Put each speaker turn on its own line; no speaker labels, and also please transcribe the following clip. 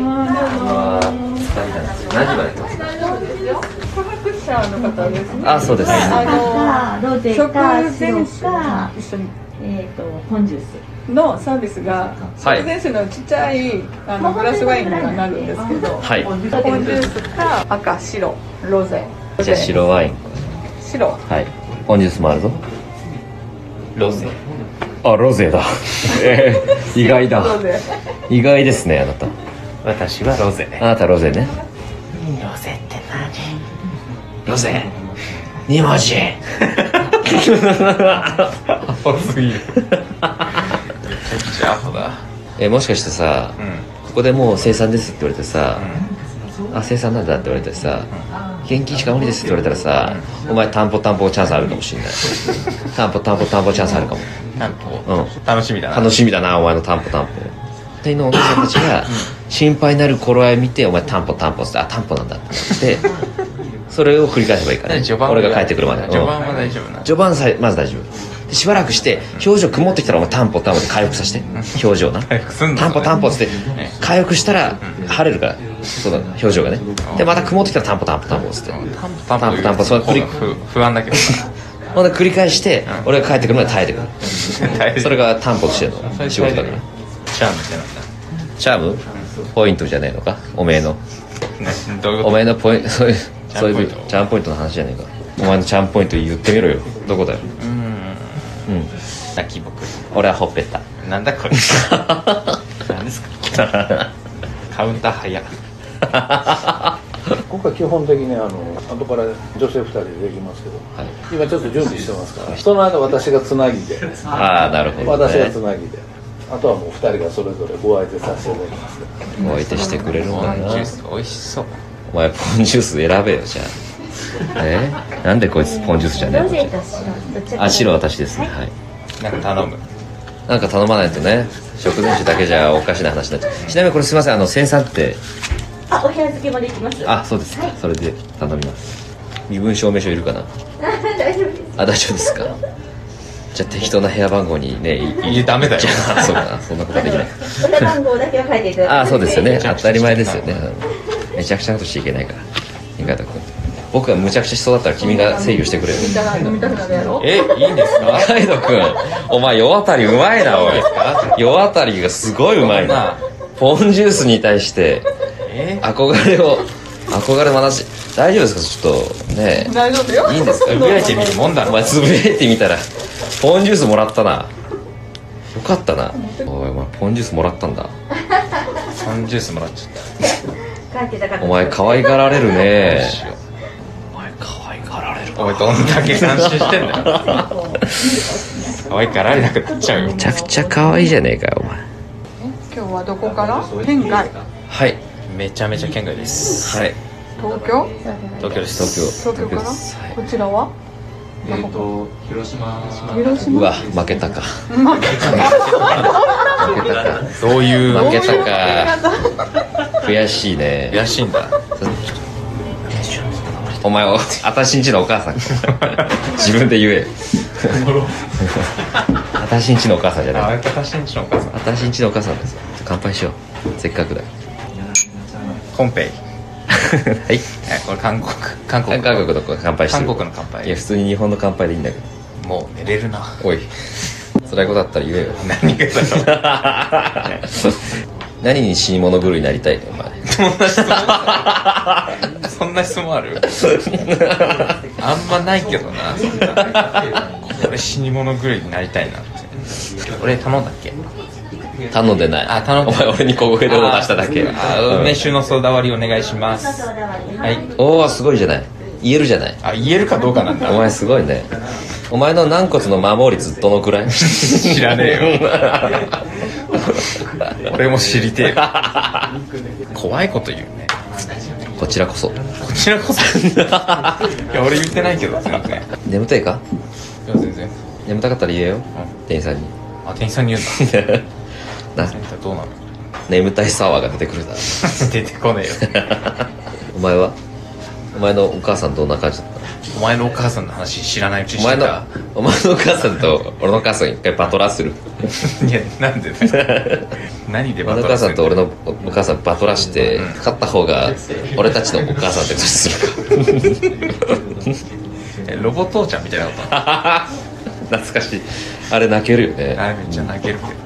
は疲れたんです何時までやってますかあそうです、
はい
あのロゼ
食
か
前
白
酒
か
一緒に
えっ、とポンジュース
のサービスが
はい
食前酒のちっちゃいあのグラスワインにはなるんですけど
はい
ポンジュースか赤白ロゼ
じゃあ白ワイン
白
はいオンジュースもあるぞロゼあロゼだえー意外だ
ロゼ
意外ですねあなた
私はロゼ
あなたロゼね
ロゼって何ロゼ二文 字アホすぎるめっちゃアホだ
えもしかしてさ
うん
ここでもう生産ですって言われてさ、あ生産なんだって言われてさ、現金しか無理ですって言われたらさ、お前担保担保チャンスあるかもし れない担保担保担保チャンスあるかも
担保、
うん
楽しみだな
楽しみだなお前の担保担保店員のお姉さんたちが心配になる頃合い見てお前担保担保っつってあ担保なんだ ってなってそれを繰り返せばいいから、
何
ね、
序盤
俺が帰ってくるまで
序盤
うん
は大丈夫な
序盤さえまず大丈夫でしばらくして表情曇ってきたらお前担保担保で回復させて表情な
回復すんだ
担保担保っつって
ね
回復したら晴れるからそうだな表情がねでまた曇ってきたら担保担保担保っつって
担保
担
担
保
保
担保それ繰り
不不安だけ ど
ほんで繰り返して
うん
俺が帰ってくるまで耐えてく
な大
る
丈
それが担保として
夫
の仕事だから
チャームってなん
チャームポイントじゃねえのかおめえの
だねどういう
お
こ
前のポイントそういう
チャン
そういう
ポイント
チャームポイントの話じゃねえかお前のチャームポイント言ってみろよどこだよ
とうん
うん
泣きぼく
俺はほっぺた
なんだ これなんですかカウンター早っ
今回基本的にあの後から女性2人でできますけど
はい
今ちょっと準備してますからその間私がつなぎで
ああなるほど
私が
ね
つなぎであとはもう2人がそれぞれご相手させていただきますけど
お相手してくれるもん
ポ
な
ンジュース美味しそう
お前ポンジュース選べよじゃあえなんでこいつポンジュースじゃねえ
ロ
の
ゼと白どちらか
あ白は私ですねはい
なんか頼む
なんか頼まないとね食前酒だけじゃおかしな話になっちゃうちなみにこれすいませんあの生産って
あお部屋付けもできます
あそうですかそれで頼みます身分証明書いるかな
大丈夫です
あ大丈夫ですかじゃあ適当な部屋番号にねい
いやダメだ よ
じゃあそうかそんなことできない
お部屋番号だけは書いていただいて
ああそうですよね
めち
当
ゃくちゃ
たり前ですよねうんめちゃくちゃなことしちゃいけないから味方君僕がむちゃくちゃしそうだったら君が制御してくれる
じゃあ飲みたくなるやろ
えいいんですか
カイドくん、お前、世渡りうまいな、おい
いいですか。
世渡りがすごいうまいな。ポンジュースに対して、
え
憧れを、憧れの話、大丈夫ですかちょっと、ね
大丈夫よ
いいんですか
つぶやいてみるもんだ
お
ろ
前、つぶやいてみたら、ポンジュースもらったな。よかったな。おい、お前、ポンジュースもらったんだ。
ポンジュースもらっちゃっ
書いてたかった
お前、可愛がられる
た
ね。
よ
お前、可愛がられる
おいどんだけ監視してんだよ可愛いからあれなくなっちゃうよ
めちゃくちゃ可愛いじゃねえかよ、お前。
今日はどこから県外
はい。
めちゃめちゃ県外です
はい。
東京
東京です
東京。
東京から
ですはい
こちらは
えっと広島
広
う
島
わ、負けたか。
負けた
負けたか。
どういう
負け
どういう
たか悔しいね
悔しいんだ
お前をあたしんちのお母さん自分で言えあたしんちのお母さんじゃ
あ
ない
あ私んちのお母さん
あたしんちのお母さんです乾杯しようせっかくだ
コンペイ
はい
えこれ韓国韓国
韓国の乾杯してる
韓国の乾杯
いや普通に日本の乾杯でいいんだけど
もう寝れるな
おい辛いことあったら言えよ
何がだろう
何に死に物狂いになりたいのお前
そんな質問あるあんまないけどなそんなこれ死に物狂いになりたいなって俺頼んだっけ
頼んでない
あ頼んで
お
ない
前俺に小声でオーダーしただけ
あー梅酒のソーダ割りお願いしますはい
おおすごいじゃない言えるじゃない
あ言えるかどうかなんだ
お前すごいねお前の軟骨の守り率どのくらい
知らねえ よ俺も知りてえわ怖いこと言うね
こちらこそ
こちら こそいや俺言ってないけど全然
眠たいか
いや全然
眠たかったら言えよ、店員さんに
あ店員さんに言うんだ
な
店員さんどうなの
眠たいサワーが出てくるだろ
出てこねえ よ
お前はお前のお母さんどんな感じだった
お前のお母さんの話知らないうちに
お
し
前
て
の
た
お前のお母さんと俺のお母さん一回バトラーする
いやなんでだよ何で
まあお
ト
母
ラ
さんと俺
の
のおお母さんバトらして
うん
勝った方が俺たちのお母さんってことするか
ロ ボ父ちゃんみたいなこと
懐かしいあれ泣けるよね
あれめっちゃ泣けるけど